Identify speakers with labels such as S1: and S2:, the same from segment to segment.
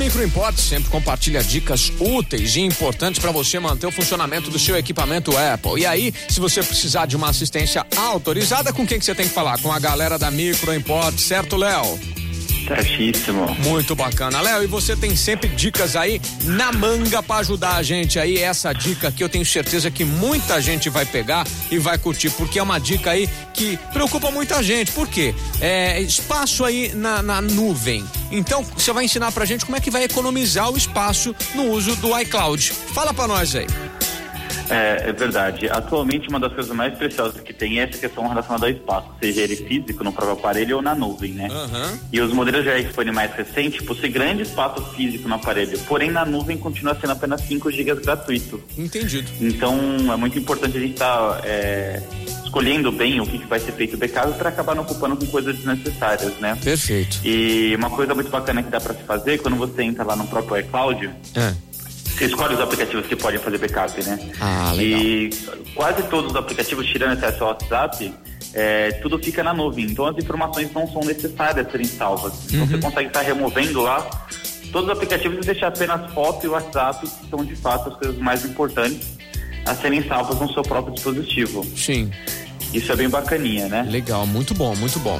S1: Centro Import sempre compartilha dicas úteis e importantes para você manter o funcionamento do seu equipamento Apple. E aí, se você precisar de uma assistência autorizada, com quem que você tem que falar? Com a galera da Micro Import, certo, Léo?
S2: Certíssimo.
S1: Muito bacana, Léo. E você tem sempre dicas aí na manga para ajudar a gente aí. Essa dica que eu tenho certeza que muita gente vai pegar e vai curtir, porque é uma dica aí que preocupa muita gente. Por quê? É espaço aí na, na nuvem. Então, você vai ensinar pra gente como é que vai economizar o espaço no uso do iCloud. Fala pra nós aí.
S2: É, é verdade. Atualmente, uma das coisas mais preciosas que tem é essa questão relacionada ao espaço, seja ele físico no próprio aparelho ou na nuvem, né?
S1: Aham.
S2: E os modelos de iPhone mais recentes possuem grande espaço físico no aparelho, porém na nuvem continua sendo apenas 5 GB gratuito.
S1: Entendido.
S2: Então é muito importante a gente estar é, escolhendo bem o que, que vai ser feito o backup para acabar não ocupando com coisas desnecessárias, né?
S1: Perfeito.
S2: E uma coisa muito bacana que dá para se fazer quando você entra lá no próprio iCloud,
S1: É.
S2: você escolhe os aplicativos que podem fazer backup, né?
S1: Ah, legal.
S2: E quase todos os aplicativos, tirando esse acesso ao WhatsApp, é, tudo fica na nuvem. Então as informações não são necessárias serem salvas. Então
S1: Uhum.
S2: você consegue estar removendo lá todos os aplicativos e deixar apenas foto e WhatsApp, que são de fato as coisas mais importantes a serem salvas no seu próprio dispositivo.
S1: Sim.
S2: Isso é bem bacaninha, né?
S1: Legal. Muito bom, muito bom.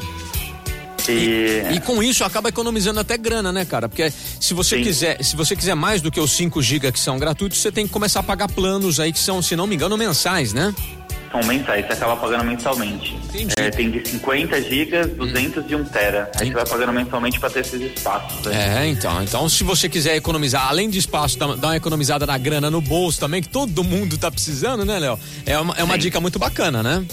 S2: E,
S1: E com isso acaba economizando até grana, né, cara? Porque se você
S2: Sim.
S1: quiser, se você quiser mais do que os 5 GB que são gratuitos, você tem que começar a pagar planos aí que são, se não me engano, mensais, né?
S2: são mensais, você acaba pagando mensalmente.
S1: Entendi.
S2: É, tem de 50 gigas, 200 e 1 tera. Aí você vai pagando mensalmente para ter esses espaços. né?
S1: É, então, então se você quiser economizar, além de espaço, dá dá uma economizada na grana no bolso também, que todo mundo tá precisando, né, Léo? É uma, é uma
S2: Sim.
S1: dica muito bacana, né?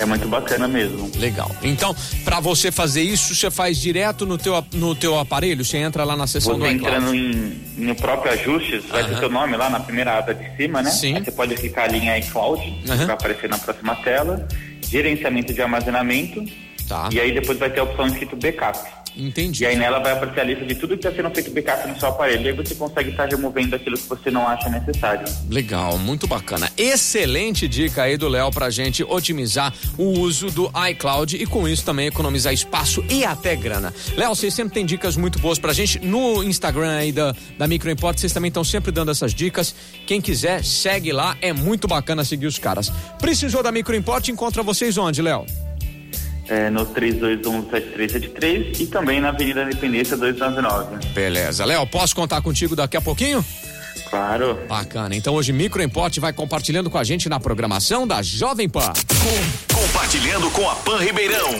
S2: É muito bacana mesmo.
S1: Legal. Então, pra você fazer isso, você faz direto no teu, ap- no teu aparelho, você entra lá na seção
S2: Você
S1: do iCloud.
S2: entrando em, no próprio ajustes, vai ter
S1: Aham.
S2: seu nome lá na primeira aba de cima, né?
S1: Sim.
S2: Aí você pode clicar ali em iCloud, que
S1: Aham.
S2: vai aparecer na próxima tela. Gerenciamento de armazenamento.
S1: Tá.
S2: E aí depois vai ter a opção escrito backup.
S1: Entendi.
S2: E aí nela vai aparecer a lista de tudo que está sendo feito backup no seu aparelho. E aí você consegue estar removendo aquilo que você não acha necessário.
S1: Legal, muito bacana. Excelente dica aí do Léo pra gente otimizar o uso do iCloud e com isso também economizar espaço e até grana. Léo, vocês sempre tem dicas muito boas pra gente no Instagram aí da, da Microimport, vocês também estão sempre dando essas dicas. Quem quiser, segue lá, é muito bacana seguir os caras. Precisou da Microimport, encontra vocês onde, Léo?
S2: É, no 3217373 e também na Avenida Independência 299.
S1: Beleza. Léo, posso contar contigo daqui a pouquinho?
S2: Claro.
S1: Bacana. Então hoje Microimport vai compartilhando com a gente na programação da Jovem Pan.
S3: Com- compartilhando com a Pan Ribeirão.